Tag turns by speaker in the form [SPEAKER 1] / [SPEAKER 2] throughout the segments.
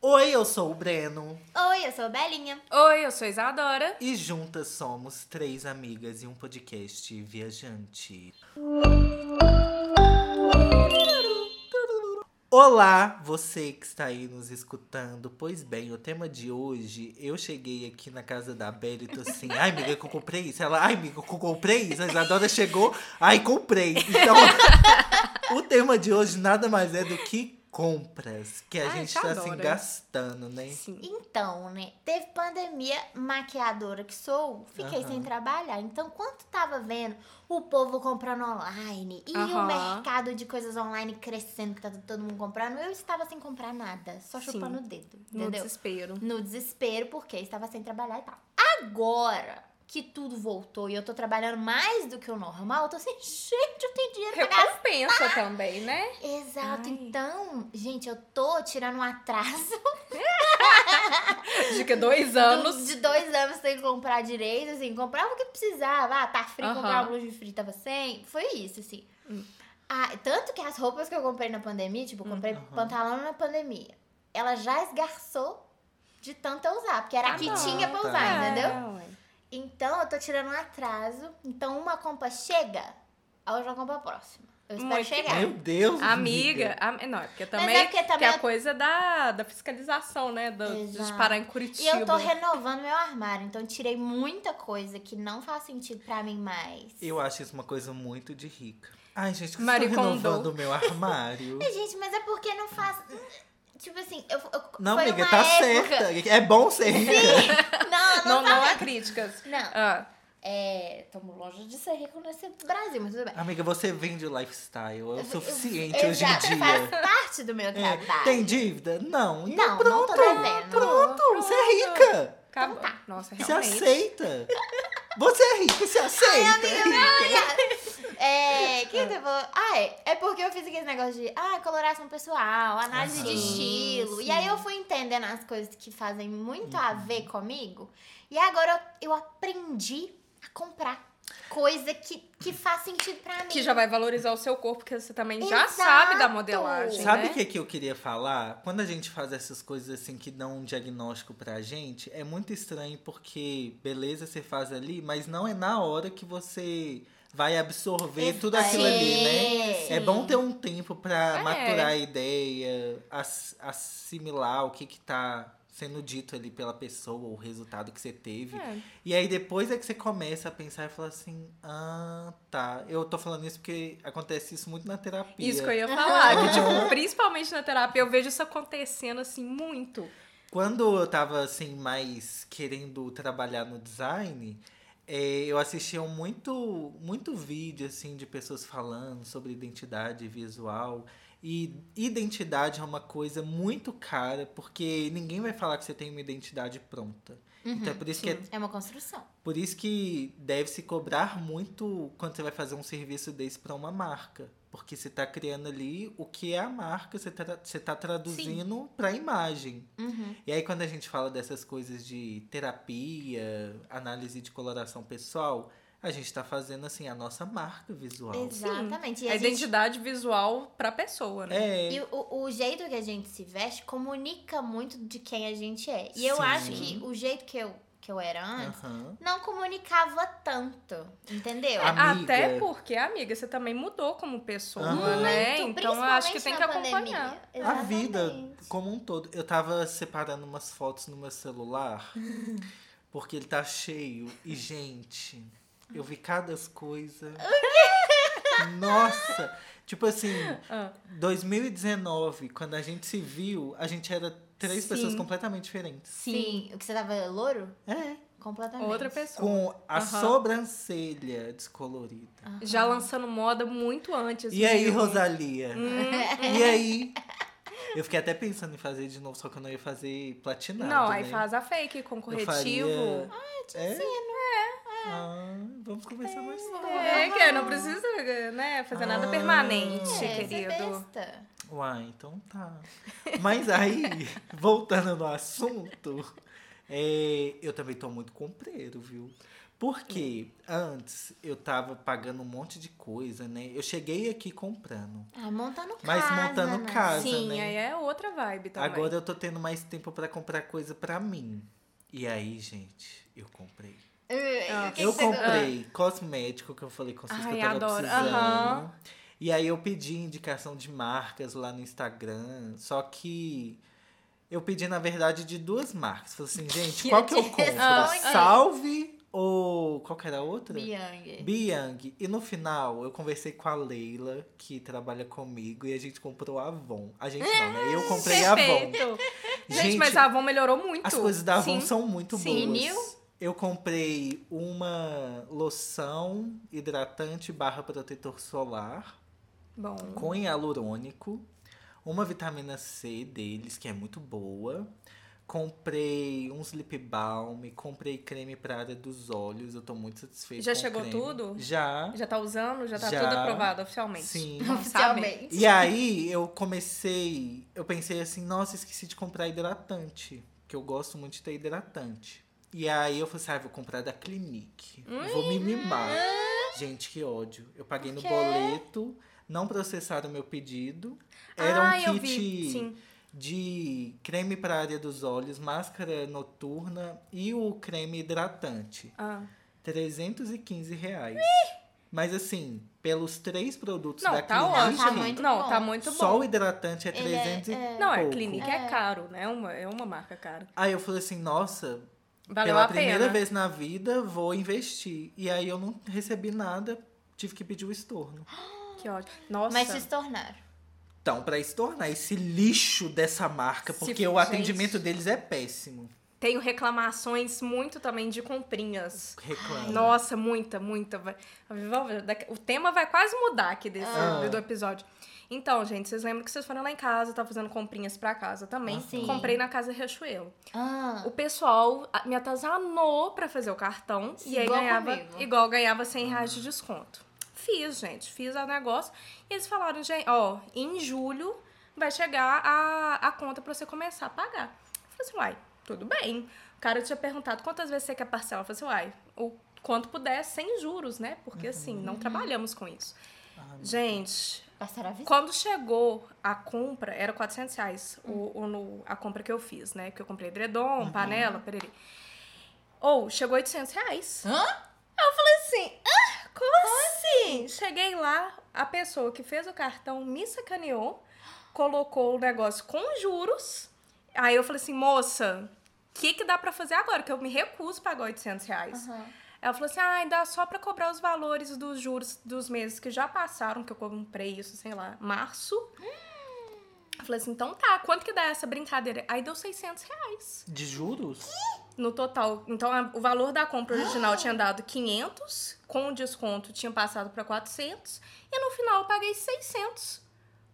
[SPEAKER 1] Oi, eu sou o Breno.
[SPEAKER 2] Oi, eu sou a Belinha.
[SPEAKER 3] Oi, eu sou a Isadora.
[SPEAKER 1] E juntas somos três amigas e um podcast viajante. Olá, você que está aí nos escutando. Pois bem, o tema de hoje, eu cheguei aqui na casa da Bela e tô assim, ai, amiga, que eu comprei isso. Ela, ai, amiga, que eu comprei isso. A Isadora chegou, ai, comprei. Então, o tema de hoje nada mais é do que compras, que a
[SPEAKER 3] Ai,
[SPEAKER 1] gente
[SPEAKER 3] eu
[SPEAKER 1] tá assim
[SPEAKER 3] adoro.
[SPEAKER 1] gastando, né?
[SPEAKER 3] Sim.
[SPEAKER 2] Então, né? Teve pandemia, maquiadora que sou, fiquei
[SPEAKER 1] Aham.
[SPEAKER 2] sem trabalhar. Então, quanto tava vendo o povo comprando online e o
[SPEAKER 3] Aham.
[SPEAKER 2] mercado de coisas online crescendo, que tá todo mundo comprando, eu estava sem comprar nada, só
[SPEAKER 3] Sim.
[SPEAKER 2] chupando o dedo,
[SPEAKER 3] No
[SPEAKER 2] entendeu?
[SPEAKER 3] desespero.
[SPEAKER 2] No desespero, porque estava sem trabalhar e tal. Agora que tudo voltou e eu tô trabalhando mais do que o normal, eu tô assim, gente, eu tenho dinheiro pra gastar.
[SPEAKER 3] Recompensa também, né?
[SPEAKER 2] Exato,
[SPEAKER 3] Ai.
[SPEAKER 2] então, gente, eu tô tirando um atraso
[SPEAKER 3] Dica dois anos.
[SPEAKER 2] de dois anos sem comprar direito, assim, comprava o que precisava. Ah, tá frio,
[SPEAKER 3] Aham. Hum.
[SPEAKER 2] comprava blusa de frio, tava sem. Foi isso, assim. Ah, tanto que as roupas que eu comprei na pandemia, tipo, eu comprei
[SPEAKER 1] Aham.
[SPEAKER 2] pantalão na pandemia. Ela já esgarçou de tanto eu usar, porque era
[SPEAKER 3] Ah,
[SPEAKER 2] a que
[SPEAKER 3] não,
[SPEAKER 2] tinha pra
[SPEAKER 1] tá.
[SPEAKER 2] usar,
[SPEAKER 1] É.
[SPEAKER 2] entendeu?
[SPEAKER 3] Ah, ué.
[SPEAKER 2] Então eu tô tirando um atraso. Então uma compra chega, a outra compra próxima. Eu espero
[SPEAKER 3] Muito
[SPEAKER 2] chegar.
[SPEAKER 1] Meu Deus,
[SPEAKER 3] Amiga, am... não, é porque também,
[SPEAKER 2] é porque também
[SPEAKER 3] que
[SPEAKER 2] eu-
[SPEAKER 3] a coisa da, da fiscalização, né? Do, de
[SPEAKER 2] Exato.
[SPEAKER 3] parar em
[SPEAKER 2] E
[SPEAKER 3] Curitiba.
[SPEAKER 2] eu tô renovando meu armário, então tirei muita coisa que não faz sentido pra mim mais.
[SPEAKER 1] Eu acho isso uma coisa muito de rica. Ai, gente, que eu
[SPEAKER 3] Marie
[SPEAKER 1] estou renovando
[SPEAKER 3] Kondo.
[SPEAKER 1] o meu armário.
[SPEAKER 2] Ai, gente, mas é porque não faz. Tipo assim, eu. eu
[SPEAKER 1] Não,
[SPEAKER 2] foi
[SPEAKER 1] amiga,
[SPEAKER 2] uma
[SPEAKER 1] tá
[SPEAKER 2] época...
[SPEAKER 1] certa. É bom ser rica.
[SPEAKER 2] Não, não.
[SPEAKER 3] Não, não há críticas.
[SPEAKER 2] Não,
[SPEAKER 3] Ah,
[SPEAKER 2] é. Tamo longe de ser rico nesse Brasil, mas tudo bem.
[SPEAKER 1] Amiga, você vende o lifestyle. É o suficiente
[SPEAKER 2] Eu-
[SPEAKER 1] hoje em
[SPEAKER 2] Exato, Faz
[SPEAKER 1] dia.
[SPEAKER 2] parte do meu
[SPEAKER 1] É,
[SPEAKER 2] trabalho.
[SPEAKER 1] Tem dívida? Não. E
[SPEAKER 2] Não, não
[SPEAKER 1] pronto.
[SPEAKER 2] tô devendo.
[SPEAKER 1] Pronto, você é
[SPEAKER 3] Pronto.
[SPEAKER 1] rica.
[SPEAKER 3] acabou.
[SPEAKER 2] Então tá.
[SPEAKER 3] Nossa,
[SPEAKER 1] Se
[SPEAKER 3] realmente.
[SPEAKER 1] aceita. Você é rica, se aceita.
[SPEAKER 2] É. Que que eu vou. Ah, é. É porque eu fiz aquele negócio de. Ah, coloração pessoal, análise de
[SPEAKER 1] Aham.
[SPEAKER 2] estilo.
[SPEAKER 3] Sim,
[SPEAKER 2] E aí
[SPEAKER 3] sim.
[SPEAKER 2] eu fui entendendo as coisas que fazem muito a
[SPEAKER 1] Uhum.
[SPEAKER 2] ver comigo. E agora eu, eu aprendi a comprar coisa que, que faz sentido pra mim.
[SPEAKER 3] Que já vai valorizar o seu corpo, porque você também já
[SPEAKER 2] Exato.
[SPEAKER 3] sabe da modelagem.
[SPEAKER 1] Sabe o
[SPEAKER 3] né?
[SPEAKER 1] que, que eu queria falar? Quando a gente faz essas coisas assim que dão um diagnóstico pra gente, é muito estranho porque beleza você faz ali, mas não é na hora que você vai absorver
[SPEAKER 2] É.
[SPEAKER 1] tudo aquilo ali, né? É bom ter um tempo pra
[SPEAKER 3] É.
[SPEAKER 1] maturar a ideia, ass- assimilar o que que tá sendo dito ali pela pessoa, o resultado que você teve.
[SPEAKER 3] É.
[SPEAKER 1] E aí depois é que você começa a pensar e falar assim: "Ah, tá. Eu tô falando isso porque acontece isso muito na terapia".
[SPEAKER 3] Isso que eu ia falar, que
[SPEAKER 1] Aham.
[SPEAKER 3] tipo, principalmente na terapia, eu vejo isso acontecendo assim muito.
[SPEAKER 1] Quando eu tava assim, mais querendo trabalhar no design, eh, eu assistia muito, muito vídeo assim de pessoas falando sobre identidade visual. E identidade é uma coisa muito cara, porque ninguém vai falar que você tem uma identidade pronta.
[SPEAKER 3] Uhum.
[SPEAKER 1] então é por isso que é,
[SPEAKER 2] É uma construção.
[SPEAKER 1] por isso que deve se cobrar muito quando você vai fazer um serviço desse para uma marca. Porque você tá criando ali o que é a marca, você tá, você tá traduzindo para imagem.
[SPEAKER 2] Uhum.
[SPEAKER 1] E aí, quando a gente fala dessas coisas de terapia, análise de coloração pessoal, a gente tá fazendo assim a nossa marca visual.
[SPEAKER 2] Exatamente. E
[SPEAKER 3] a
[SPEAKER 2] a gente-
[SPEAKER 3] identidade visual pra pessoa, né?
[SPEAKER 1] É.
[SPEAKER 2] E o, o jeito que a gente se veste comunica muito de quem a gente é. E eu
[SPEAKER 1] Sim. Ah.
[SPEAKER 2] acho que o jeito que eu, que eu era antes
[SPEAKER 1] Aham.
[SPEAKER 2] não comunicava tanto. Entendeu?
[SPEAKER 1] Ah, Amiga.
[SPEAKER 3] Até porque, amiga, você também mudou como pessoa,
[SPEAKER 1] Aham.
[SPEAKER 3] né?
[SPEAKER 2] Muito,
[SPEAKER 3] Então eu acho que
[SPEAKER 2] principalmente
[SPEAKER 3] tem que
[SPEAKER 2] na pandemia.
[SPEAKER 3] acompanhar.
[SPEAKER 1] A vida
[SPEAKER 2] Exatamente.
[SPEAKER 1] como um todo. Eu tava separando umas fotos no meu celular, porque ele tá cheio. E, gente, eu vi cada coisa. Nossa! Tipo assim,
[SPEAKER 3] Ah,
[SPEAKER 1] 2019, quando a gente se viu, a gente era três
[SPEAKER 3] Sim.
[SPEAKER 1] pessoas completamente diferentes.
[SPEAKER 3] sim.
[SPEAKER 2] Sim. O que você tava louro?
[SPEAKER 1] É.
[SPEAKER 2] Completamente.
[SPEAKER 3] Outra pessoa.
[SPEAKER 1] com a
[SPEAKER 3] Aham. Ah,
[SPEAKER 1] sobrancelha descolorida.
[SPEAKER 2] Aham.
[SPEAKER 3] Já lançando moda muito antes.
[SPEAKER 1] E aí,
[SPEAKER 3] viu?
[SPEAKER 1] Rosalia?
[SPEAKER 3] um Hum,
[SPEAKER 1] E aí? Eu fiquei até pensando em fazer de novo, só que eu não ia fazer platinado.
[SPEAKER 3] não, aí
[SPEAKER 1] né?
[SPEAKER 3] faz a fake com
[SPEAKER 1] Eu
[SPEAKER 3] corretivo.
[SPEAKER 1] faria- é? Ah, vamos conversar mais tarde.
[SPEAKER 3] É, que não precisa né, fazer nada
[SPEAKER 1] Ah.
[SPEAKER 3] permanente,
[SPEAKER 2] É, você é
[SPEAKER 3] querido.
[SPEAKER 2] besta.
[SPEAKER 3] um
[SPEAKER 1] Uai, então tá. Mas aí, voltando no assunto, é, eu também tô muito compreiro, viu? Porque
[SPEAKER 3] Hum.
[SPEAKER 1] antes eu tava pagando um monte de coisa, né? Eu cheguei aqui comprando.
[SPEAKER 2] Ah, montando casa.
[SPEAKER 1] Mas montando
[SPEAKER 2] né?
[SPEAKER 1] casa.
[SPEAKER 3] Sim,
[SPEAKER 1] né?
[SPEAKER 3] aí é outra vibe também.
[SPEAKER 1] Agora eu tô tendo mais tempo pra comprar coisa pra mim. E aí, gente, eu comprei.
[SPEAKER 2] Ah,
[SPEAKER 3] Ah,
[SPEAKER 2] o que
[SPEAKER 1] eu
[SPEAKER 2] que você gosta?
[SPEAKER 1] comprei cosmético, que eu falei com vocês que
[SPEAKER 3] Ai,
[SPEAKER 1] eu tava
[SPEAKER 3] adoro.
[SPEAKER 1] precisando.
[SPEAKER 3] Aham.
[SPEAKER 1] E aí eu pedi indicação de marcas lá no Instagram. Só que eu pedi, na verdade, de duas marcas. Falei assim, gente,
[SPEAKER 2] Que
[SPEAKER 1] qual que eu
[SPEAKER 2] te
[SPEAKER 1] compro?
[SPEAKER 3] Ah,
[SPEAKER 2] responde.
[SPEAKER 1] Salve ou... Qual que era a outra?
[SPEAKER 2] Biang.
[SPEAKER 1] Biang. E no final, eu conversei com a Leila, que trabalha comigo, e a gente comprou a Avon. A gente não, né? Eu comprei a Avon.
[SPEAKER 3] Perfeito. Gente, mas a Avon melhorou muito.
[SPEAKER 1] As coisas da Avon
[SPEAKER 3] Sim.
[SPEAKER 1] são muito
[SPEAKER 3] Sim.
[SPEAKER 1] boas.
[SPEAKER 2] Vinil?
[SPEAKER 1] Eu comprei uma loção hidratante barra protetor solar
[SPEAKER 3] Bom.
[SPEAKER 1] com hialurônico, uma vitamina C deles, que é muito boa. Comprei uns lip balm, comprei creme pra área dos olhos, eu tô muito satisfeito
[SPEAKER 3] Já
[SPEAKER 1] com o
[SPEAKER 3] chegou
[SPEAKER 1] creme.
[SPEAKER 3] tudo?
[SPEAKER 1] Já.
[SPEAKER 3] Já tá usando? Já tá
[SPEAKER 1] Já.
[SPEAKER 3] tudo aprovado oficialmente?
[SPEAKER 1] Sim.
[SPEAKER 3] Não sabe?
[SPEAKER 2] Oficialmente.
[SPEAKER 1] E é aí eu comecei, eu pensei assim, nossa, esqueci de comprar hidratante, que eu gosto muito de ter hidratante. E aí eu falei assim, ah, vou comprar da Clinique. Vou me mimar.
[SPEAKER 3] Hum.
[SPEAKER 1] Gente, que ódio. Eu paguei no
[SPEAKER 2] Por quê?
[SPEAKER 1] boleto, não processaram meu pedido. Era
[SPEAKER 3] ah, eu
[SPEAKER 1] um
[SPEAKER 3] vi.
[SPEAKER 1] kit
[SPEAKER 3] Sim.
[SPEAKER 1] de creme para área dos olhos, máscara noturna e o creme hidratante.
[SPEAKER 3] Ah.
[SPEAKER 1] 315 reais. Mas assim, pelos três produtos
[SPEAKER 3] Não,
[SPEAKER 1] da
[SPEAKER 3] tá
[SPEAKER 1] Clinique,
[SPEAKER 3] ótimo.
[SPEAKER 2] Tá muito
[SPEAKER 3] não,
[SPEAKER 2] bom.
[SPEAKER 3] tá muito bom.
[SPEAKER 1] só o hidratante é
[SPEAKER 2] Ele
[SPEAKER 1] 300 e
[SPEAKER 2] é-
[SPEAKER 1] pouco.
[SPEAKER 3] Não, é clínica, é. caro, né? É uma, é uma marca cara.
[SPEAKER 1] Aí eu falei assim, nossa,
[SPEAKER 3] Valeu
[SPEAKER 1] pela
[SPEAKER 3] a
[SPEAKER 1] primeira
[SPEAKER 3] pena.
[SPEAKER 1] vez na vida vou investir. E aí eu não recebi nada, tive que pedir o estorno.
[SPEAKER 3] Que ótimo. Nossa.
[SPEAKER 2] Mas se tornaram.
[SPEAKER 1] Então, pra estornar esse lixo dessa marca,
[SPEAKER 3] Se-
[SPEAKER 1] porque o
[SPEAKER 3] gente.
[SPEAKER 1] atendimento deles é péssimo.
[SPEAKER 3] Tenho reclamações muito também de comprinhas.
[SPEAKER 1] Reclama.
[SPEAKER 3] Nossa, muita, muita. Vai- vamos- daqui- O tema vai quase mudar aqui desse,
[SPEAKER 1] Ah.
[SPEAKER 3] do episódio. Então, gente, vocês lembram que vocês foram lá em casa, tá fazendo comprinhas pra casa também.
[SPEAKER 1] Ah, sim.
[SPEAKER 3] Comprei na Casa Riachuelo.
[SPEAKER 2] Ah,
[SPEAKER 3] O pessoal a- me atazanou pra fazer o cartão e aí
[SPEAKER 2] Igual
[SPEAKER 3] ganhava
[SPEAKER 2] comigo.
[SPEAKER 3] igual ganhava 100 reais de desconto. Fiz, gente, fiz o negócio e eles falaram, gente, ó, em julho vai chegar a, a conta pra você começar a pagar. Eu falei assim, uai, tudo bem. O cara tinha perguntado quantas vezes você quer parcela. Eu falei assim, uai, o quanto puder, sem juros, né? Porque assim, não trabalhamos com isso.
[SPEAKER 1] Ah,
[SPEAKER 3] Gente,
[SPEAKER 2] passaram a visão.
[SPEAKER 3] quando chegou a compra, era 400 reais o, o no- a compra que eu fiz, né? Que eu comprei edredom, panela, perere. Ou chegou 800 reais.
[SPEAKER 2] Hã?
[SPEAKER 3] Aí eu falei assim, ah, como, assim? Cheguei lá, a pessoa que fez o cartão me sacaneou, colocou o negócio com juros. Aí eu falei assim, moça, o que, que dá pra fazer agora? Que eu me recuso a pagar 800 reais.
[SPEAKER 2] Aham.
[SPEAKER 3] Ela falou assim: ah, dá só pra cobrar os valores dos juros dos meses que já passaram, que eu comprei isso, sei lá, março. Eu falei assim: então tá, quanto que dá essa brincadeira? Aí deu 600 reais
[SPEAKER 1] De juros?
[SPEAKER 3] no total. Então a- o valor da compra original tinha dado 500, com o desconto tinha passado pra 400, e no final eu paguei 600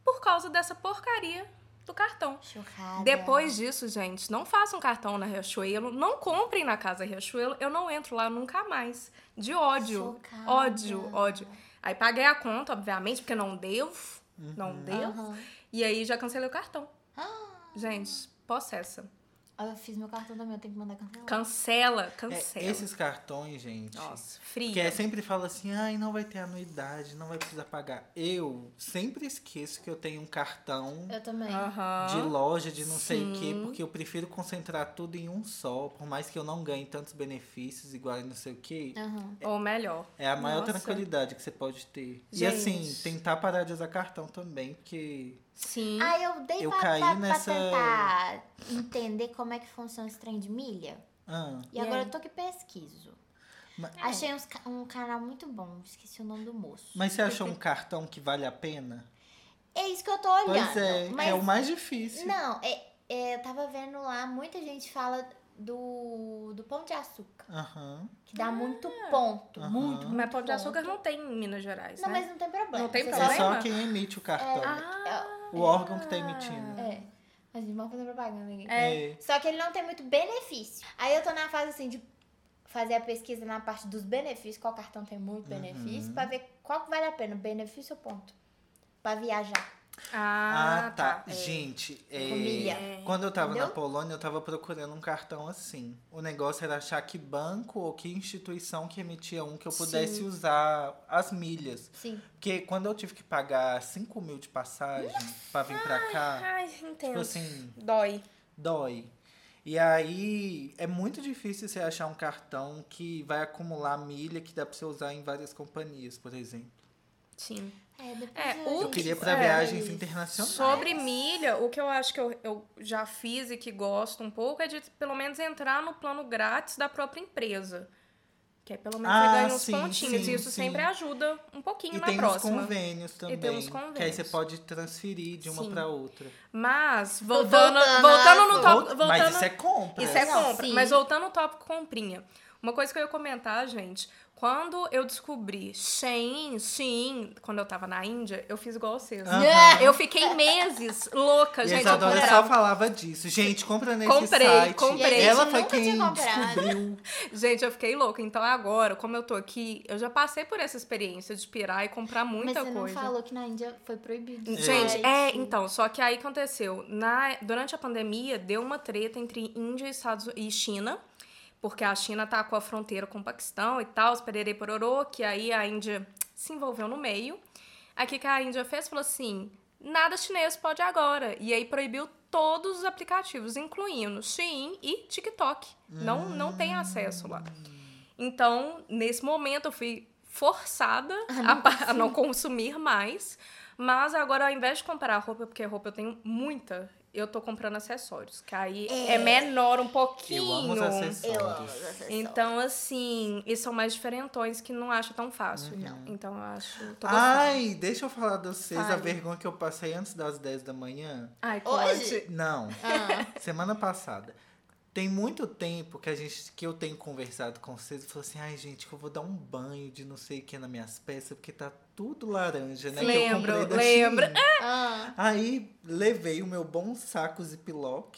[SPEAKER 3] por causa dessa porcaria do cartão.
[SPEAKER 2] Chocada.
[SPEAKER 3] Depois disso, gente, não façam cartão na Riachuelo, não comprem na casa Riachuelo, eu não entro lá nunca mais. De ódio.
[SPEAKER 2] Chocada.
[SPEAKER 3] Ódio, ódio. Aí paguei a conta, obviamente, porque não devo. Não devo.
[SPEAKER 2] Aham.
[SPEAKER 3] E aí já cancelei o cartão.
[SPEAKER 2] Ah,
[SPEAKER 3] Gente, possessa.
[SPEAKER 2] ah, eu fiz meu cartão também, eu tenho que mandar cancelar.
[SPEAKER 3] Cancela,
[SPEAKER 1] É,
[SPEAKER 3] cancela.
[SPEAKER 1] esses cartões, gente.
[SPEAKER 3] Nossa, fria.
[SPEAKER 1] Que é, sempre fala assim, ai, não vai ter anuidade, não vai precisar pagar. Eu sempre esqueço que eu tenho um cartão
[SPEAKER 2] Eu também.
[SPEAKER 1] Ah.
[SPEAKER 3] Aham.
[SPEAKER 1] de loja, de não sei o quê,
[SPEAKER 3] Ah, Sim.
[SPEAKER 1] porque eu prefiro concentrar tudo em um só, por mais que eu não ganhe tantos benefícios igual a não sei o quê.
[SPEAKER 2] Aham.
[SPEAKER 3] Ou melhor.
[SPEAKER 1] É a maior
[SPEAKER 3] Nossa.
[SPEAKER 1] tranquilidade que você pode ter. E
[SPEAKER 3] Gente.
[SPEAKER 1] assim, tentar parar de usar cartão também, porque.
[SPEAKER 3] Sim.
[SPEAKER 2] Ah, eu dei
[SPEAKER 1] Eu
[SPEAKER 2] pra,
[SPEAKER 1] caí
[SPEAKER 2] pra- pra
[SPEAKER 1] nessa-
[SPEAKER 2] tentar entender como é que funciona esse trem de milha.
[SPEAKER 1] Ah,
[SPEAKER 2] E
[SPEAKER 3] E
[SPEAKER 2] agora
[SPEAKER 3] aí?
[SPEAKER 2] eu tô que pesquiso.
[SPEAKER 1] Ma-
[SPEAKER 2] Achei uns ca- um canal muito bom, esqueci o nome do moço.
[SPEAKER 1] mas você achou um cartão que vale a pena?
[SPEAKER 2] É isso que eu tô olhando.
[SPEAKER 1] pois é,
[SPEAKER 2] mas
[SPEAKER 1] é o mais difícil.
[SPEAKER 2] Não, é- é, eu tava vendo lá, muita gente fala do, do pão de açúcar,
[SPEAKER 1] Aham.
[SPEAKER 2] que
[SPEAKER 3] Ah.
[SPEAKER 2] dá muito ponto.
[SPEAKER 1] Aham.
[SPEAKER 2] Muito, muito
[SPEAKER 3] Mas pão de
[SPEAKER 2] ponto.
[SPEAKER 3] açúcar não tem em Minas Gerais,
[SPEAKER 2] Não,
[SPEAKER 3] né?
[SPEAKER 2] mas não tem problema.
[SPEAKER 3] Não tem
[SPEAKER 2] Você
[SPEAKER 1] É
[SPEAKER 3] problema.
[SPEAKER 1] só quem emite o cartão.
[SPEAKER 3] Ah,
[SPEAKER 1] o órgão que tá emitindo.
[SPEAKER 2] É, a gente vai fazer propaganda aqui.
[SPEAKER 1] É.
[SPEAKER 2] Só que ele não tem muito benefício. Aí eu tô na fase assim de fazer a pesquisa na parte dos benefícios, qual
[SPEAKER 3] Uhum.
[SPEAKER 2] cartão tem muito benefício, pra ver qual que vale a pena, benefício ou ponto. Pra viajar.
[SPEAKER 3] Ah, tá. É.
[SPEAKER 1] Gente, é,
[SPEAKER 2] Comia.
[SPEAKER 1] quando eu tava na
[SPEAKER 2] Entendeu?
[SPEAKER 1] Polônia, eu tava procurando um cartão assim. O negócio era achar que banco ou que instituição que emitia um que eu pudesse
[SPEAKER 3] Sim.
[SPEAKER 1] usar as milhas.
[SPEAKER 2] Sim.
[SPEAKER 1] Porque quando eu tive que pagar 5 mil de passagem pra vir pra cá,
[SPEAKER 3] Ai,
[SPEAKER 1] tipo
[SPEAKER 3] entendo.
[SPEAKER 1] assim,
[SPEAKER 3] Dói.
[SPEAKER 1] dói. E aí é muito difícil você achar um cartão que vai acumular milha que dá pra você usar em várias companhias, por exemplo.
[SPEAKER 3] Sim.
[SPEAKER 2] É, depois
[SPEAKER 3] É, o
[SPEAKER 1] Eu
[SPEAKER 3] que
[SPEAKER 1] queria pra
[SPEAKER 3] é,
[SPEAKER 1] viagens internacionais.
[SPEAKER 3] Sobre milha, o que eu acho que eu, eu já fiz e que gosto um pouco é de pelo menos entrar no plano grátis da própria empresa. Que é pelo menos
[SPEAKER 1] Ah,
[SPEAKER 3] você ganha uns
[SPEAKER 1] sim,
[SPEAKER 3] pontinhos.
[SPEAKER 1] sim,
[SPEAKER 3] e isso
[SPEAKER 1] sim.
[SPEAKER 3] sempre ajuda um pouquinho
[SPEAKER 1] E
[SPEAKER 3] na
[SPEAKER 1] tem
[SPEAKER 3] próxima.
[SPEAKER 1] os convênios também.
[SPEAKER 3] uns
[SPEAKER 1] Que aí
[SPEAKER 3] convênios.
[SPEAKER 1] você pode transferir de uma
[SPEAKER 3] Sim.
[SPEAKER 1] pra outra.
[SPEAKER 3] Mas, voltando, voltando,
[SPEAKER 2] Voltando,
[SPEAKER 3] no
[SPEAKER 2] Vol-
[SPEAKER 3] tópico.
[SPEAKER 1] Vol-
[SPEAKER 3] tá Voltando,
[SPEAKER 1] Mas isso é compra.
[SPEAKER 3] Isso é
[SPEAKER 2] Não,
[SPEAKER 3] compra.
[SPEAKER 2] sim.
[SPEAKER 3] Mas voltando ao tópico comprinha. Uma coisa que eu ia comentar, gente. Quando eu descobri Shein, Shein, quando eu tava na Índia, eu fiz igual vocês.
[SPEAKER 1] Aham.
[SPEAKER 3] Eu fiquei meses louca,
[SPEAKER 1] Ah. E a
[SPEAKER 3] gente.
[SPEAKER 1] Isadora só
[SPEAKER 3] eu comprava.
[SPEAKER 1] falava disso. Gente, compra nesse
[SPEAKER 3] Comprei,
[SPEAKER 1] site.
[SPEAKER 3] comprei.
[SPEAKER 1] Ela
[SPEAKER 2] Gente,
[SPEAKER 1] foi
[SPEAKER 2] nunca
[SPEAKER 1] quem
[SPEAKER 2] tinha comprado.
[SPEAKER 1] descobriu.
[SPEAKER 3] Gente, eu fiquei louca. Então agora, como eu tô aqui, eu já passei por essa experiência de pirar e comprar
[SPEAKER 2] Mas
[SPEAKER 3] muita
[SPEAKER 2] você
[SPEAKER 3] coisa.
[SPEAKER 2] não falou que na Índia foi proibido.
[SPEAKER 3] Gente, é, então, só que aí aconteceu. Na, durante a pandemia, deu uma treta entre Índia e, Estados, e China, porque a China tá com a fronteira com o Paquistão e tal, os pererê pororô, que aí a Índia se envolveu no meio. Aí o que que a Índia fez? Falou assim, nada chinês pode agora. E aí proibiu todos os aplicativos, incluindo Shein e TikTok. Não, não
[SPEAKER 1] Hum.
[SPEAKER 3] tem acesso lá. Então, nesse momento, eu fui forçada
[SPEAKER 1] Ah,
[SPEAKER 3] a, pa- a não consumir mais. Mas agora, ao invés de comprar roupa, porque roupa eu tenho muita, eu tô comprando acessórios. Que aí é, menor um pouquinho.
[SPEAKER 1] Eu amo os
[SPEAKER 2] Eu amo
[SPEAKER 1] acessórios.
[SPEAKER 2] essa história.
[SPEAKER 3] Então, assim, e são mais diferentões que não acho tão fácil. Não. Então, eu acho. Tô gostando.
[SPEAKER 1] Uhum. Ai, deixa eu falar de vocês a
[SPEAKER 3] Fale.
[SPEAKER 1] vergonha que eu passei antes das 10 da manhã.
[SPEAKER 3] Ai,
[SPEAKER 2] Hoje?
[SPEAKER 1] Não,
[SPEAKER 2] Ah,
[SPEAKER 1] semana passada. Tem muito tempo que a gente que eu tenho conversado com vocês e falou assim: "Ai, gente, que eu vou dar um banho de não sei o que nas minhas peças, porque tá tudo laranja, né?
[SPEAKER 3] Lembro,
[SPEAKER 1] que eu comprei da
[SPEAKER 3] lembro.
[SPEAKER 1] Shein."
[SPEAKER 2] ah.
[SPEAKER 1] Aí levei o meu bom saco ziploc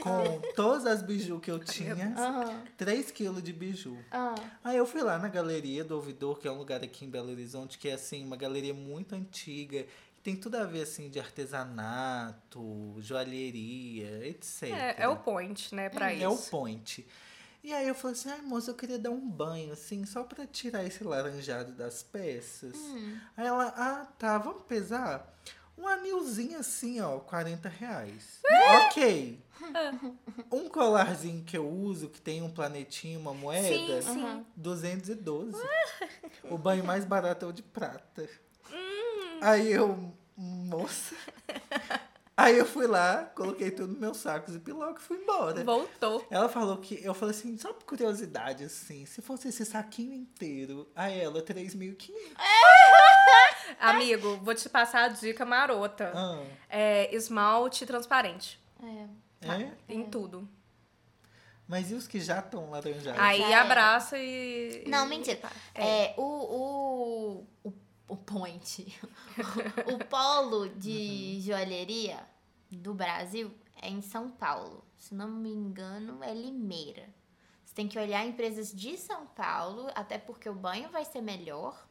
[SPEAKER 1] com todas as biju que eu tinha,
[SPEAKER 3] Ah.
[SPEAKER 2] Aham.
[SPEAKER 1] 3 quilos de biju.
[SPEAKER 2] Ah.
[SPEAKER 1] Aí eu fui lá na Galeria do Ouvidor, que é um lugar aqui em Belo Horizonte, que é assim, uma galeria muito antiga, que tem tudo a ver assim de artesanato, joalheria, etc.
[SPEAKER 3] É, é o point, né, pra isso.
[SPEAKER 1] É o point. E aí eu falei assim, ai moça, eu queria dar um banho, assim, só pra tirar esse laranjado das peças.
[SPEAKER 2] Hum.
[SPEAKER 1] Aí ela, ah, tá, vamos pesar? Um anilzinho assim, ó, 40 reais. ok. Um colarzinho que eu uso, que tem um planetinho, uma moeda,
[SPEAKER 3] Sim, sim.
[SPEAKER 2] Aham.
[SPEAKER 1] 212. o banho mais barato é o de prata. Aí eu, moça. Aí eu fui lá, coloquei tudo no meu saco de piloca e fui embora.
[SPEAKER 3] Voltou.
[SPEAKER 1] Ela falou que. Eu falei assim, só por curiosidade, assim, se fosse esse saquinho inteiro, a ela, 3.500.
[SPEAKER 3] Amigo, vou te passar a dica marota.
[SPEAKER 1] Ah,
[SPEAKER 3] É, esmalte transparente.
[SPEAKER 2] É.
[SPEAKER 1] é?
[SPEAKER 3] Em tudo.
[SPEAKER 1] Mas e os que já estão laranjados?
[SPEAKER 3] Aí
[SPEAKER 2] Já era.
[SPEAKER 3] abraça e.
[SPEAKER 2] Não,
[SPEAKER 3] e-
[SPEAKER 2] mentira.
[SPEAKER 3] É.
[SPEAKER 2] É, o, o, o, o point. o polo de joalheria do Brasil é em São Paulo. Se não me engano, é Limeira. Você tem que olhar empresas de São Paulo, até porque o banho vai ser melhor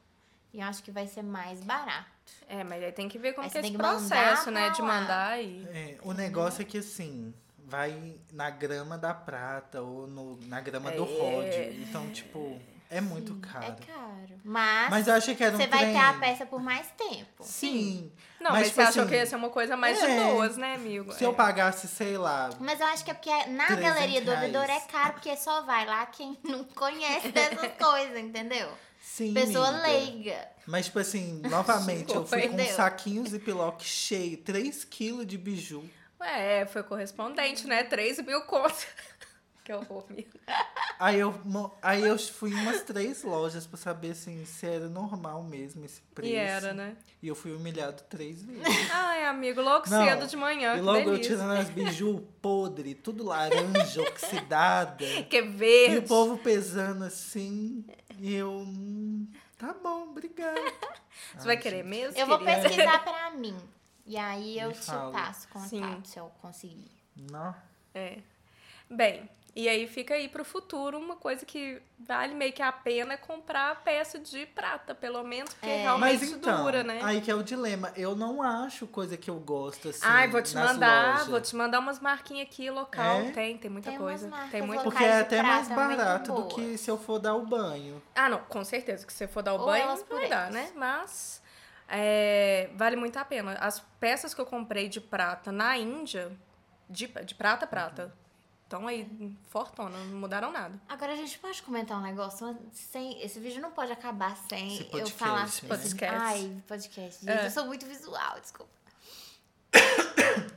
[SPEAKER 2] e eu acho que vai ser mais barato.
[SPEAKER 3] É, mas aí tem que ver como
[SPEAKER 2] Aí
[SPEAKER 3] que é
[SPEAKER 2] você
[SPEAKER 3] esse
[SPEAKER 2] tem que mandar
[SPEAKER 3] processo, né?
[SPEAKER 2] pra
[SPEAKER 3] De
[SPEAKER 2] lá.
[SPEAKER 3] mandar e.
[SPEAKER 1] É, o negócio é que assim, vai na grama da prata ou no- na grama do
[SPEAKER 3] É.
[SPEAKER 1] Rod. Então, tipo, é muito caro.
[SPEAKER 2] É caro. Mas, é
[SPEAKER 1] Mas eu achei que era um
[SPEAKER 2] você vai ter a
[SPEAKER 1] trem.
[SPEAKER 2] peça por mais tempo.
[SPEAKER 1] Sim.
[SPEAKER 3] Não,
[SPEAKER 1] Mas,
[SPEAKER 3] mas,
[SPEAKER 1] tipo
[SPEAKER 3] você achou
[SPEAKER 1] assim,
[SPEAKER 3] que ia ser uma coisa mais de
[SPEAKER 1] é.
[SPEAKER 3] boas, né, amigo?
[SPEAKER 1] Se eu
[SPEAKER 3] É.
[SPEAKER 1] pagasse, sei lá.
[SPEAKER 2] Mas eu acho que é porque na
[SPEAKER 1] 300
[SPEAKER 2] galeria do ouvidor é
[SPEAKER 1] reais.
[SPEAKER 2] caro, porque só vai lá quem não conhece dessas coisas, entendeu?
[SPEAKER 1] Sim.
[SPEAKER 2] Pessoa
[SPEAKER 1] miga.
[SPEAKER 2] leiga.
[SPEAKER 1] Mas, tipo assim, novamente, eu fui com um
[SPEAKER 2] Entendeu?
[SPEAKER 1] saquinho ziploc cheio, 3 quilos de biju.
[SPEAKER 3] Ué, é, foi correspondente, né? 3 mil contas. que horror, amigo.
[SPEAKER 1] Aí eu, mo- aí eu fui em umas três lojas pra saber assim, se era normal mesmo esse preço.
[SPEAKER 3] E era, né?
[SPEAKER 1] E eu fui humilhado três vezes.
[SPEAKER 3] Ai, amigo, logo
[SPEAKER 1] Não,
[SPEAKER 3] cedo de manhã.
[SPEAKER 1] E
[SPEAKER 3] que
[SPEAKER 1] logo eu
[SPEAKER 3] delícia.
[SPEAKER 1] tirando as biju podre, tudo laranja, oxidada.
[SPEAKER 3] Que é
[SPEAKER 1] E
[SPEAKER 3] verde.
[SPEAKER 1] o povo pesando assim. E eu. hum, tá bom, obrigado.
[SPEAKER 3] Você vai querer mesmo?
[SPEAKER 2] Eu vou
[SPEAKER 3] querida?
[SPEAKER 2] pesquisar pra mim. E aí eu
[SPEAKER 1] Me
[SPEAKER 2] te
[SPEAKER 1] fala.
[SPEAKER 2] passo o contato
[SPEAKER 3] Sim.
[SPEAKER 2] se eu conseguir.
[SPEAKER 1] Não.
[SPEAKER 3] É. Bem, E aí fica aí pro futuro uma coisa que vale meio que a pena é comprar a peça de prata, pelo menos, porque
[SPEAKER 2] É.
[SPEAKER 3] realmente
[SPEAKER 1] Mas então,
[SPEAKER 3] dura, né?
[SPEAKER 1] aí que é o dilema. Eu não acho coisa que eu gosto assim.
[SPEAKER 3] Ai, vou te
[SPEAKER 1] nas
[SPEAKER 3] mandar,
[SPEAKER 1] lojas.
[SPEAKER 3] vou te mandar umas marquinhas aqui local.
[SPEAKER 1] É?
[SPEAKER 3] Tem, tem muita
[SPEAKER 2] Tem umas
[SPEAKER 3] coisa.
[SPEAKER 2] marcas
[SPEAKER 3] Tem muito.
[SPEAKER 2] locais.
[SPEAKER 1] Porque é
[SPEAKER 2] de
[SPEAKER 1] até mais
[SPEAKER 2] prata muito
[SPEAKER 1] barato do
[SPEAKER 2] boas.
[SPEAKER 1] que se eu for dar o banho.
[SPEAKER 3] Ah, não, com certeza que se você for dar o
[SPEAKER 2] Ou
[SPEAKER 3] banho,
[SPEAKER 2] elas
[SPEAKER 3] não
[SPEAKER 2] por
[SPEAKER 3] vai dar,
[SPEAKER 2] elas.
[SPEAKER 3] né? Mas é, vale muito a pena. As peças que eu comprei de prata na Índia, de, de prata, prata,
[SPEAKER 1] Uhum.
[SPEAKER 3] estão aí fortona, não mudaram nada.
[SPEAKER 2] Agora a gente pode comentar um negócio antes- sem. Esse vídeo não pode acabar sem
[SPEAKER 1] Esse
[SPEAKER 2] eu
[SPEAKER 1] podcast,
[SPEAKER 2] falar.
[SPEAKER 1] né?
[SPEAKER 3] Podcast.
[SPEAKER 2] Ai, podcast. Gente,
[SPEAKER 3] É.
[SPEAKER 2] eu sou muito visual, desculpa.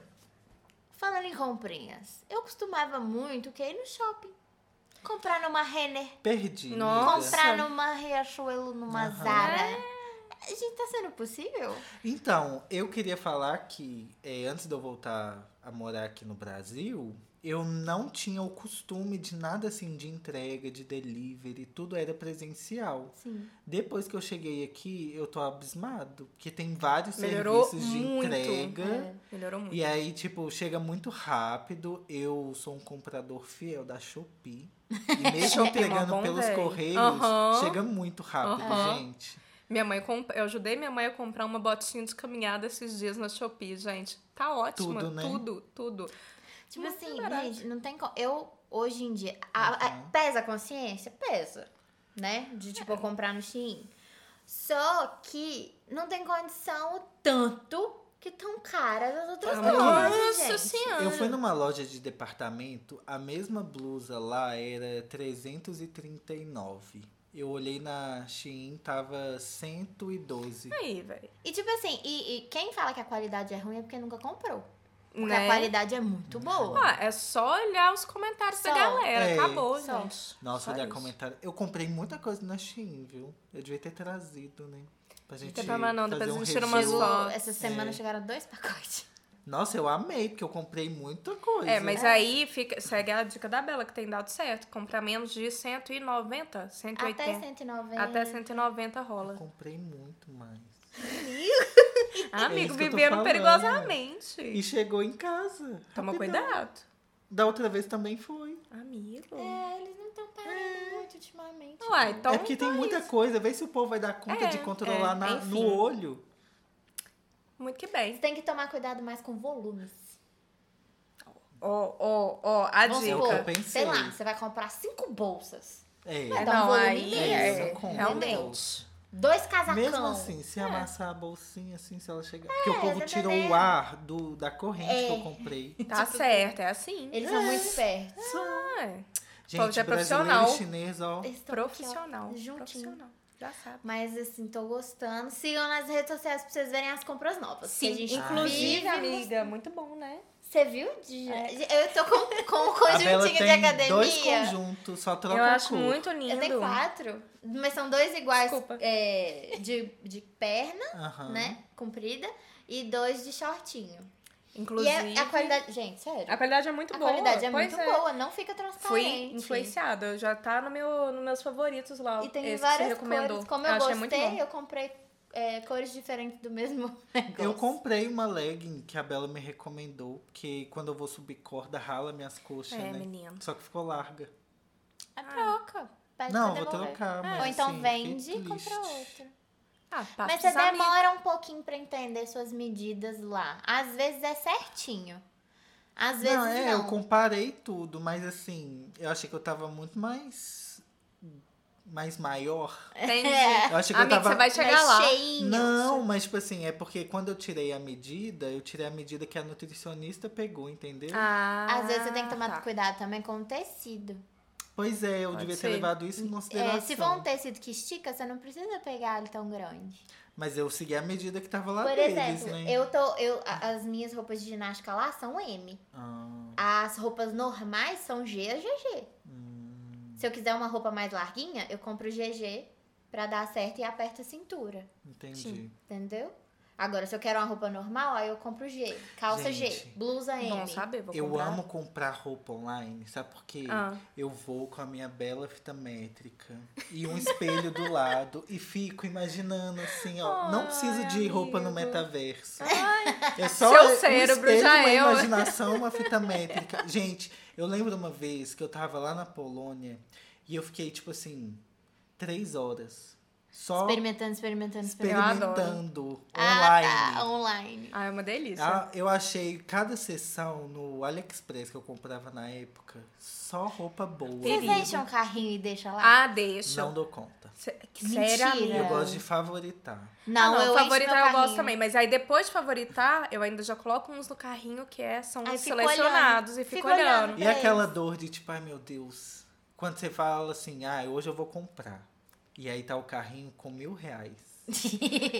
[SPEAKER 2] Falando em comprinhas, eu costumava muito que ir no shopping. Comprar numa Renner,
[SPEAKER 1] Perdi.
[SPEAKER 3] Nossa.
[SPEAKER 2] comprar numa Riachuelo, numa
[SPEAKER 1] Aham.
[SPEAKER 2] Zara.
[SPEAKER 3] É.
[SPEAKER 2] Gente, tá sendo possível?
[SPEAKER 1] Então, eu queria falar que eh, antes de eu voltar a morar aqui no Brasil, eu não tinha o costume de nada assim de entrega, de delivery, tudo era presencial.
[SPEAKER 2] Sim.
[SPEAKER 1] Depois que eu cheguei aqui, eu tô abismado, porque tem vários
[SPEAKER 3] Melhorou
[SPEAKER 1] serviços de
[SPEAKER 3] muito.
[SPEAKER 1] entrega.
[SPEAKER 2] É.
[SPEAKER 3] Melhorou muito.
[SPEAKER 1] E aí, tipo, chega muito rápido. Eu sou um comprador fiel da Shopee. E mesmo
[SPEAKER 3] Shopee é uma
[SPEAKER 1] entregando
[SPEAKER 3] bom
[SPEAKER 1] pelos
[SPEAKER 3] véi.
[SPEAKER 1] correios,
[SPEAKER 3] Aham.
[SPEAKER 1] chega muito rápido,
[SPEAKER 3] Aham.
[SPEAKER 1] gente.
[SPEAKER 3] Minha mãe comp... Eu ajudei minha mãe a comprar uma botinha de caminhada esses dias na Shopee, gente. Tá ótima.
[SPEAKER 1] Tudo, né?
[SPEAKER 3] Tudo, tudo.
[SPEAKER 2] Tipo
[SPEAKER 3] Muito
[SPEAKER 2] assim,
[SPEAKER 3] é barato.
[SPEAKER 2] gente, não tem como. Eu, hoje em dia. a- a-
[SPEAKER 1] Uhum.
[SPEAKER 2] pesa a consciência? Pesa. Né? De tipo,
[SPEAKER 3] É.
[SPEAKER 2] eu comprar no Shein. Só que não tem condição o tanto que tão caras as outras
[SPEAKER 1] Amor.
[SPEAKER 2] coisas.
[SPEAKER 3] Ah,
[SPEAKER 2] gente.
[SPEAKER 3] Nossa senhora.
[SPEAKER 1] Eu fui numa loja de departamento, a mesma blusa lá era 339. Eu olhei na Shein, tava 112.
[SPEAKER 3] Aí, velho.
[SPEAKER 2] E tipo assim, e, e quem fala que a qualidade é ruim é porque nunca comprou. Porque a
[SPEAKER 3] Né?
[SPEAKER 2] qualidade é muito boa.
[SPEAKER 3] Ah, é só olhar os comentários da
[SPEAKER 2] Só.
[SPEAKER 3] galera.
[SPEAKER 1] É.
[SPEAKER 3] Acabou,
[SPEAKER 2] Só.
[SPEAKER 3] gente.
[SPEAKER 1] Nossa,
[SPEAKER 3] Só
[SPEAKER 1] olha
[SPEAKER 3] isso.
[SPEAKER 1] comentário. Eu comprei muita coisa na Shein, viu? Eu devia ter trazido, né? Pra gente
[SPEAKER 3] tem problema não,
[SPEAKER 1] fazer
[SPEAKER 3] depois
[SPEAKER 1] um
[SPEAKER 3] a gente tira umas
[SPEAKER 1] review.
[SPEAKER 2] Chegou-
[SPEAKER 3] fotos. é.
[SPEAKER 2] essa semana chegaram dois pacotes.
[SPEAKER 1] Nossa, eu amei, porque eu comprei muita coisa.
[SPEAKER 3] É, mas aí fica, segue a dica da Bela, que tem dado certo. Comprar menos de 190, 180.
[SPEAKER 2] Até 190.
[SPEAKER 3] Até 190
[SPEAKER 1] Eu
[SPEAKER 3] rola.
[SPEAKER 1] comprei muito mais.
[SPEAKER 3] Amigo,
[SPEAKER 1] É isso que eu tô
[SPEAKER 3] vivendo
[SPEAKER 1] falando.
[SPEAKER 3] perigosamente.
[SPEAKER 1] E chegou em casa.
[SPEAKER 3] Toma
[SPEAKER 1] rapidão.
[SPEAKER 3] cuidado.
[SPEAKER 1] Da outra vez também foi.
[SPEAKER 3] Amigo.
[SPEAKER 2] É, eles não estão parando muito ultimamente.
[SPEAKER 3] Uai, então.
[SPEAKER 1] é porque tem muita coisa. Vê se o povo vai dar conta
[SPEAKER 3] É,
[SPEAKER 1] de controlar
[SPEAKER 3] é,
[SPEAKER 1] na- no
[SPEAKER 3] enfim.
[SPEAKER 1] olho.
[SPEAKER 3] Muito que bem.
[SPEAKER 2] Você tem que tomar cuidado mais com volumes.
[SPEAKER 3] Ó, ó, ó, a
[SPEAKER 1] É
[SPEAKER 2] Vamos
[SPEAKER 1] o que eu
[SPEAKER 3] dica.
[SPEAKER 2] supor,
[SPEAKER 1] pensei.
[SPEAKER 2] sei lá, você vai comprar cinco bolsas,
[SPEAKER 1] É.
[SPEAKER 2] Vai dar um
[SPEAKER 3] não,
[SPEAKER 2] volume
[SPEAKER 3] aí
[SPEAKER 2] imenso.
[SPEAKER 3] é,
[SPEAKER 1] Não conta.
[SPEAKER 3] realmente.
[SPEAKER 2] dois um casacão.
[SPEAKER 1] Mesmo assim, se amassar a bolsinha, assim, se ela chegar. Porque o povo
[SPEAKER 2] É. tá
[SPEAKER 1] tirou
[SPEAKER 2] entendendo.
[SPEAKER 1] o ar do, da corrente que
[SPEAKER 2] É.
[SPEAKER 1] eu comprei.
[SPEAKER 3] Tá certo, é assim.
[SPEAKER 2] Eles são muito espertos.
[SPEAKER 3] Ah, povo
[SPEAKER 1] Gente,
[SPEAKER 3] já
[SPEAKER 1] brasileiro
[SPEAKER 3] é profissional.
[SPEAKER 1] e chinês, ó.
[SPEAKER 2] Eles tão aqui, ó,
[SPEAKER 3] profissional.
[SPEAKER 2] juntinho.
[SPEAKER 3] Profissional. Já sabe.
[SPEAKER 2] Mas assim, tô gostando. Sigam nas redes sociais pra vocês verem as compras novas. que a gente
[SPEAKER 3] inclusive,
[SPEAKER 2] vive-
[SPEAKER 3] amiga, muito bom, né?
[SPEAKER 2] Você viu? De- Eu tô com, com um
[SPEAKER 1] A Bela
[SPEAKER 2] conjuntinho de
[SPEAKER 1] tem
[SPEAKER 2] academia.
[SPEAKER 1] dois conjuntos, só troca
[SPEAKER 3] Eu
[SPEAKER 1] a
[SPEAKER 3] acho
[SPEAKER 1] cor.
[SPEAKER 3] muito lindo.
[SPEAKER 2] Eu tenho quatro, mas são dois iguais
[SPEAKER 3] Desculpa.
[SPEAKER 2] é, de, de perna,
[SPEAKER 1] Aham.
[SPEAKER 2] né? Comprida, e dois de shortinho.
[SPEAKER 3] Inclusive,
[SPEAKER 2] E é- a, a qualidade. Gente, sério.
[SPEAKER 3] a qualidade é muito
[SPEAKER 2] A
[SPEAKER 3] boa.
[SPEAKER 2] qualidade é
[SPEAKER 3] pois
[SPEAKER 2] muito boa, não fica
[SPEAKER 3] Fui
[SPEAKER 2] transparente.
[SPEAKER 3] influenciada, já tá no meu, nos meus favoritos lá.
[SPEAKER 2] E tem
[SPEAKER 3] esse que você
[SPEAKER 2] várias
[SPEAKER 3] recomendou.
[SPEAKER 2] cores. Como eu
[SPEAKER 3] achei muito
[SPEAKER 2] gostei,
[SPEAKER 3] bom.
[SPEAKER 2] eu comprei é, cores diferentes do mesmo negócio.
[SPEAKER 1] Eu comprei uma legging que a Bela me recomendou, porque quando eu vou subir corda, rala minhas coxas,
[SPEAKER 3] É,
[SPEAKER 1] né?
[SPEAKER 3] menino.
[SPEAKER 1] Só que ficou larga.
[SPEAKER 3] É
[SPEAKER 2] A troca. Pede
[SPEAKER 1] não,
[SPEAKER 2] pra
[SPEAKER 1] vou
[SPEAKER 2] devolver.
[SPEAKER 1] trocar, mas
[SPEAKER 2] Ou então
[SPEAKER 1] assim,
[SPEAKER 2] vende
[SPEAKER 1] fiquei
[SPEAKER 2] e compra
[SPEAKER 1] triste.
[SPEAKER 2] outra.
[SPEAKER 3] Ah,
[SPEAKER 2] Mas você
[SPEAKER 3] você
[SPEAKER 2] demora um pouquinho pra entender suas medidas lá. Às vezes é certinho. Às vezes
[SPEAKER 1] Não,
[SPEAKER 2] não.
[SPEAKER 1] é, eu comparei tudo, mas assim, eu achei que eu tava muito mais. mais maior.
[SPEAKER 3] Entendi.
[SPEAKER 2] É.
[SPEAKER 1] Eu achei que
[SPEAKER 3] Amigo,
[SPEAKER 1] eu tava.
[SPEAKER 3] você vai chegar
[SPEAKER 2] Mas
[SPEAKER 3] lá.
[SPEAKER 2] cheinho.
[SPEAKER 1] Não, mas tipo assim, é porque quando eu tirei a medida, eu tirei a medida que a nutricionista pegou, entendeu?
[SPEAKER 3] Ah,
[SPEAKER 2] Às vezes você tem que tomar
[SPEAKER 3] tá.
[SPEAKER 2] cuidado também com o tecido.
[SPEAKER 1] Pois é, eu
[SPEAKER 3] Pode
[SPEAKER 1] devia
[SPEAKER 3] ser.
[SPEAKER 1] ter levado isso em
[SPEAKER 2] É,
[SPEAKER 1] consideração.
[SPEAKER 2] se for um tecido que estica, você não precisa pegar ele tão grande.
[SPEAKER 1] Mas eu segui a medida que tava lá
[SPEAKER 2] Por
[SPEAKER 1] deles,
[SPEAKER 2] exemplo,
[SPEAKER 1] né?
[SPEAKER 2] eu tô. Eu, a- as minhas roupas de ginástica lá são M.
[SPEAKER 1] Ah,
[SPEAKER 2] As roupas normais são G a GG.
[SPEAKER 1] hum,
[SPEAKER 2] Se eu quiser uma roupa mais larguinha, eu compro GG pra dar certo e aperto a cintura.
[SPEAKER 1] entendi.
[SPEAKER 3] Sim.
[SPEAKER 2] Entendeu? Agora, se eu quero uma roupa normal, aí eu compro G. Calça G,
[SPEAKER 1] Gente,
[SPEAKER 2] blusa M.
[SPEAKER 3] Bom saber, vou
[SPEAKER 1] Eu
[SPEAKER 3] comprar.
[SPEAKER 1] amo comprar roupa online, sabe por quê?
[SPEAKER 3] Ah.
[SPEAKER 1] Eu vou com a minha bela fita métrica e um espelho do lado e fico imaginando assim, ó. não
[SPEAKER 3] Ai,
[SPEAKER 1] preciso de roupa no
[SPEAKER 3] amigo.
[SPEAKER 1] metaverso.
[SPEAKER 3] Ai,
[SPEAKER 1] É só
[SPEAKER 3] Seu
[SPEAKER 1] um
[SPEAKER 3] cérebro
[SPEAKER 1] espelho,
[SPEAKER 3] já
[SPEAKER 1] uma
[SPEAKER 3] é, ó.
[SPEAKER 1] imaginação, uma fita métrica. Gente, Eu lembro uma vez que eu tava lá na Polônia e eu fiquei, tipo assim, três horas. Só
[SPEAKER 2] Experimentando, experimentando, experimentando.
[SPEAKER 1] experimentando online.
[SPEAKER 2] Ah, tá, online.
[SPEAKER 3] Ah, é uma delícia.
[SPEAKER 1] Ah, eu achei cada sessão no AliExpress que eu comprava na época só roupa boa.
[SPEAKER 2] Vocês
[SPEAKER 3] Perigo.
[SPEAKER 2] deixam o carrinho e deixam lá?
[SPEAKER 3] Ah, deixa. É.
[SPEAKER 1] Não dou conta.
[SPEAKER 3] Sé- que
[SPEAKER 2] Mentira.
[SPEAKER 3] sério, amiga.
[SPEAKER 1] Eu
[SPEAKER 2] Não.
[SPEAKER 1] gosto de favoritar.
[SPEAKER 3] Ah,
[SPEAKER 2] não, eu encho
[SPEAKER 3] favoritar
[SPEAKER 2] meu
[SPEAKER 3] eu gosto
[SPEAKER 2] carrinho.
[SPEAKER 3] também. Mas aí depois de favoritar, eu ainda já coloco uns no carrinho que é, são
[SPEAKER 2] Aí
[SPEAKER 3] os
[SPEAKER 2] fico
[SPEAKER 3] selecionados
[SPEAKER 2] olhando.
[SPEAKER 3] e
[SPEAKER 2] Fico
[SPEAKER 3] fico, olhando.
[SPEAKER 2] olhando.
[SPEAKER 1] E
[SPEAKER 2] É
[SPEAKER 1] aquela dor de tipo, ai meu Deus. Quando você fala assim, ah, hoje eu vou comprar. E aí tá o carrinho com mil reais.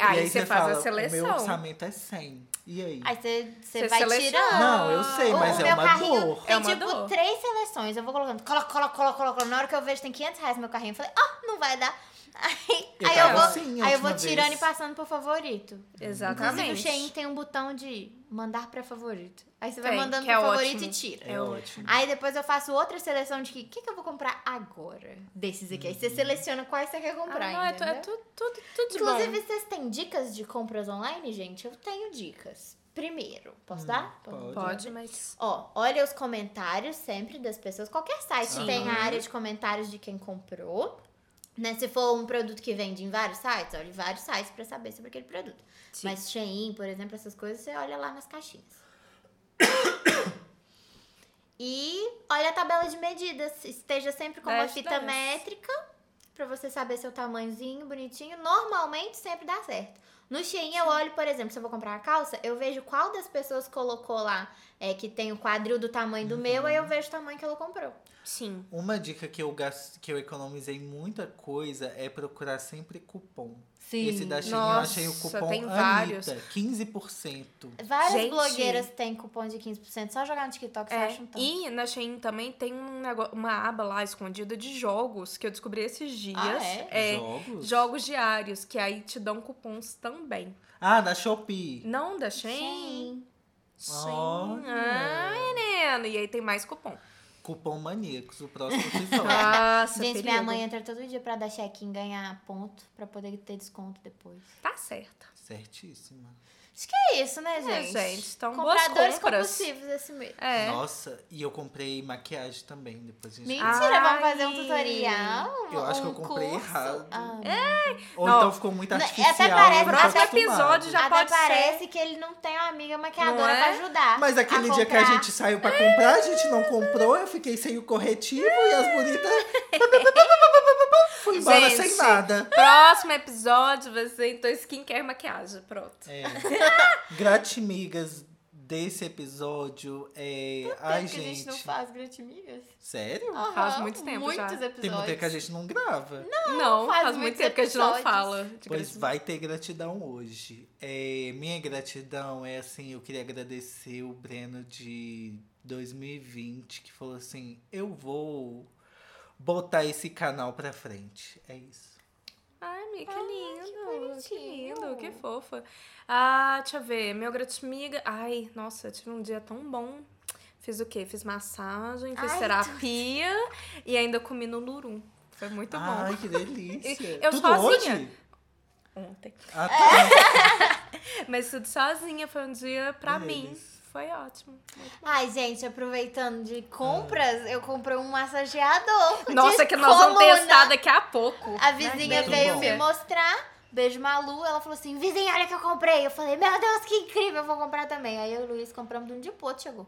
[SPEAKER 3] Aí,
[SPEAKER 1] e
[SPEAKER 3] você, faz
[SPEAKER 1] fala,
[SPEAKER 3] a
[SPEAKER 1] O meu
[SPEAKER 3] seleção.
[SPEAKER 1] orçando é 100. E aí?
[SPEAKER 2] Aí você, você
[SPEAKER 3] Você
[SPEAKER 2] vai
[SPEAKER 3] seleciona.
[SPEAKER 2] tirando.
[SPEAKER 1] Não, eu sei,
[SPEAKER 2] O-
[SPEAKER 1] mas
[SPEAKER 2] o
[SPEAKER 1] é
[SPEAKER 2] meu
[SPEAKER 1] uma
[SPEAKER 2] carrinho
[SPEAKER 1] dor.
[SPEAKER 2] Tem
[SPEAKER 3] É uma
[SPEAKER 2] tipo
[SPEAKER 3] dor.
[SPEAKER 2] três seleções. Eu vou colocando, coloco, coloco, coloco, coloco. Na hora que eu vejo tem 500 reais no meu carrinho, eu falei, ah, não vai dar. Aí
[SPEAKER 1] Eu
[SPEAKER 2] aí eu,
[SPEAKER 1] tava
[SPEAKER 2] vou,
[SPEAKER 1] assim a
[SPEAKER 2] aí eu vou
[SPEAKER 1] última
[SPEAKER 2] tirando
[SPEAKER 1] vez.
[SPEAKER 2] e passando por favorito. Inclusive o
[SPEAKER 3] Exatamente.
[SPEAKER 2] Shein tem um botão de mandar pra favorito. Aí você vai
[SPEAKER 3] Tem,
[SPEAKER 2] mandando
[SPEAKER 3] que
[SPEAKER 2] pra
[SPEAKER 3] é
[SPEAKER 2] favorito
[SPEAKER 3] ótimo.
[SPEAKER 2] e tira.
[SPEAKER 1] É ótimo.
[SPEAKER 2] Aí depois eu faço outra seleção de que que, que eu vou comprar agora desses aqui. Aí você
[SPEAKER 1] Hum.
[SPEAKER 2] seleciona quais você quer comprar.
[SPEAKER 3] Ah, não, é, tu- é
[SPEAKER 2] entendeu?
[SPEAKER 3] tudo, tudo, tudo de
[SPEAKER 2] né? Inclusive,
[SPEAKER 3] bom.
[SPEAKER 2] vocês têm dicas de compras online, gente? Eu tenho dicas. Primeiro, posso dar?
[SPEAKER 1] Hum, pode.
[SPEAKER 3] Pode, mas...
[SPEAKER 2] Ó, olha os comentários sempre das pessoas. Qualquer site
[SPEAKER 1] Sim.
[SPEAKER 2] tem a área de comentários de quem comprou. Né? Se for um produto que vende em vários sites, olha em vários sites pra saber sobre aquele produto.
[SPEAKER 3] Sim.
[SPEAKER 2] Mas Shein, por exemplo, essas coisas, você olha lá nas caixinhas. e olha a tabela de medidas. Esteja sempre com uma
[SPEAKER 3] Dash,
[SPEAKER 2] fita
[SPEAKER 3] dash.
[SPEAKER 2] métrica pra você saber seu tamanhozinho, bonitinho. Normalmente sempre dá certo. No Shein eu olho, por exemplo, se eu vou comprar uma calça, eu vejo qual das pessoas colocou lá é, que tem o quadril do tamanho do meu,
[SPEAKER 3] Uhum.
[SPEAKER 2] aí eu vejo o tamanho que ela comprou.
[SPEAKER 3] Sim.
[SPEAKER 1] Uma dica que eu, gasto, que eu economizei muita coisa é procurar sempre cupom.
[SPEAKER 2] Sim.
[SPEAKER 1] Esse da Shein eu
[SPEAKER 3] Nossa,
[SPEAKER 1] achei o cupom
[SPEAKER 3] tem
[SPEAKER 1] Anitta,
[SPEAKER 3] vários.
[SPEAKER 1] 15%.
[SPEAKER 2] Várias
[SPEAKER 3] Gente.
[SPEAKER 2] blogueiras têm cupom de 15%, só jogar no TikTok você
[SPEAKER 3] É,
[SPEAKER 2] acha um tanto.
[SPEAKER 3] e na Shein também tem um nego- uma aba lá escondida de jogos que eu descobri esses dias.
[SPEAKER 2] Ah,
[SPEAKER 3] É,
[SPEAKER 1] Jogos?
[SPEAKER 3] Jogos diários, que aí te dão cupons também.
[SPEAKER 1] Ah, da Shopee.
[SPEAKER 3] Não da Shein?
[SPEAKER 2] Shein.
[SPEAKER 1] Olha.
[SPEAKER 3] Ah, menino. E aí tem mais cupom.
[SPEAKER 1] Cupom maníacos, o próximo
[SPEAKER 3] Ah.
[SPEAKER 1] episódio.
[SPEAKER 3] Nossa,
[SPEAKER 2] Gente,
[SPEAKER 3] perigo.
[SPEAKER 2] minha mãe entra todo dia pra dar check-in ganhar ponto pra poder ter desconto depois.
[SPEAKER 3] Tá certa.
[SPEAKER 1] Certíssima.
[SPEAKER 2] Acho que é isso, né,
[SPEAKER 3] É,
[SPEAKER 2] gente?
[SPEAKER 3] gente, então boas
[SPEAKER 2] Compradores
[SPEAKER 3] compras.
[SPEAKER 2] compulsivos esse mês.
[SPEAKER 3] É.
[SPEAKER 1] Nossa, e eu comprei maquiagem também. Depois a gente. Ah,
[SPEAKER 2] Mentira,
[SPEAKER 3] Ai.
[SPEAKER 2] vamos fazer um tutorial? um-
[SPEAKER 1] Eu acho que eu
[SPEAKER 2] um
[SPEAKER 1] comprei
[SPEAKER 2] curso?
[SPEAKER 1] errado.
[SPEAKER 2] Ah.
[SPEAKER 1] Ou
[SPEAKER 3] Não.
[SPEAKER 1] então ficou muito
[SPEAKER 2] Não, até
[SPEAKER 1] artificial.
[SPEAKER 2] parece- tá
[SPEAKER 1] eu não tô
[SPEAKER 2] próximo
[SPEAKER 1] acostumado.
[SPEAKER 3] episódio já-
[SPEAKER 2] Até
[SPEAKER 3] pode ser.
[SPEAKER 2] parece que ele não tem uma amiga maquiadora
[SPEAKER 3] Não é?
[SPEAKER 2] pra ajudar.
[SPEAKER 1] Mas aquele
[SPEAKER 2] a
[SPEAKER 1] dia que a
[SPEAKER 2] Ah, comprar.
[SPEAKER 1] gente saiu pra comprar, a gente não comprou, eu fiquei sem o corretivo e as bonitas. Fui embora
[SPEAKER 3] Gente.
[SPEAKER 1] sem nada.
[SPEAKER 3] Próximo episódio vai ser então skincare e maquiagem. Pronto.
[SPEAKER 1] É. Gratimigas desse episódio é. Ai,
[SPEAKER 2] Tanto que a gente não faz gratimigas.
[SPEAKER 1] Sério?
[SPEAKER 3] Faz
[SPEAKER 2] Aham,
[SPEAKER 3] muito tempo
[SPEAKER 2] Muitos
[SPEAKER 3] já. Tem
[SPEAKER 2] episódios.
[SPEAKER 1] Tem muito tempo que a gente não grava.
[SPEAKER 3] Não,
[SPEAKER 2] faz
[SPEAKER 3] faz,
[SPEAKER 2] muitos
[SPEAKER 3] muito tempo que a gente não
[SPEAKER 2] episódios.
[SPEAKER 3] fala. de
[SPEAKER 1] Pois
[SPEAKER 3] gratidão.
[SPEAKER 1] vai ter gratidão hoje. É, minha gratidão é assim, eu queria agradecer o Breno de 2020, que falou assim, eu vou botar esse canal pra frente. É isso.
[SPEAKER 3] Ai, amiga, que
[SPEAKER 2] Ai,
[SPEAKER 3] lindo.
[SPEAKER 2] Ah, que
[SPEAKER 3] Que, lindo, que
[SPEAKER 2] bonitinho.
[SPEAKER 3] fofa. Ah, deixa eu ver. Meu gratimiga. Ai, nossa, eu tive um dia tão bom. Fiz o quê? Fiz massagem, fiz
[SPEAKER 2] Ai,
[SPEAKER 3] terapia e ainda comi no Lurum. Foi muito
[SPEAKER 1] Ai, que delícia.
[SPEAKER 3] Tá Eu
[SPEAKER 1] Tudo
[SPEAKER 3] sozinha? É.
[SPEAKER 1] hoje?
[SPEAKER 3] bom. Ontem.
[SPEAKER 1] Ah, tá.
[SPEAKER 2] É.
[SPEAKER 3] Mas tudo sozinha, foi um dia pra mim.
[SPEAKER 1] Deles.
[SPEAKER 3] Foi ótimo. Muito
[SPEAKER 2] Ai, gente, aproveitando de compras, eu comprei um massageador. de
[SPEAKER 3] Nossa, que nós vamos
[SPEAKER 2] coluna.
[SPEAKER 3] testar daqui a pouco.
[SPEAKER 2] né? A vizinha
[SPEAKER 1] Muito
[SPEAKER 2] veio
[SPEAKER 1] bom.
[SPEAKER 2] me mostrar. Beijo Malu, ela falou assim: vizinha, olha que eu comprei. Eu falei, meu Deus, que incrível, eu vou comprar também. Aí eu e o Luiz compramos de um dia pro outro, chegou.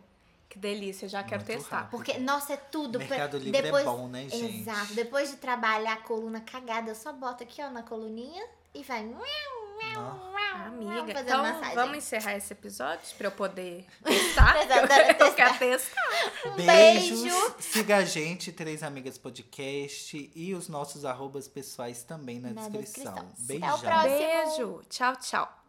[SPEAKER 3] Que delícia, já quero
[SPEAKER 1] Muito
[SPEAKER 3] testar.
[SPEAKER 2] Porque, nossa, é tudo. pra-
[SPEAKER 1] Mercado Livre é
[SPEAKER 2] depois...
[SPEAKER 1] bom, né, gente?
[SPEAKER 2] Exato. Depois de trabalhar a coluna cagada, eu só boto aqui, ó, na coluninha e vai. miau, miau,
[SPEAKER 1] Nossa.
[SPEAKER 2] miau, miau,
[SPEAKER 3] Amiga,
[SPEAKER 2] Ah, fazer
[SPEAKER 3] então
[SPEAKER 2] massagem.
[SPEAKER 3] vamos encerrar esse episódio pra eu poder testar.
[SPEAKER 2] Exato,
[SPEAKER 3] eu,
[SPEAKER 2] testar.
[SPEAKER 3] eu quero testar.
[SPEAKER 1] Beijos.
[SPEAKER 2] Um beijo.
[SPEAKER 1] Siga a gente, Três Amigas Podcast e os nossos arrobas pessoais também na,
[SPEAKER 2] Na
[SPEAKER 1] descrição.
[SPEAKER 2] descrição. Até o
[SPEAKER 1] Beijão.
[SPEAKER 2] próximo.
[SPEAKER 3] Beijo. Tchau, tchau.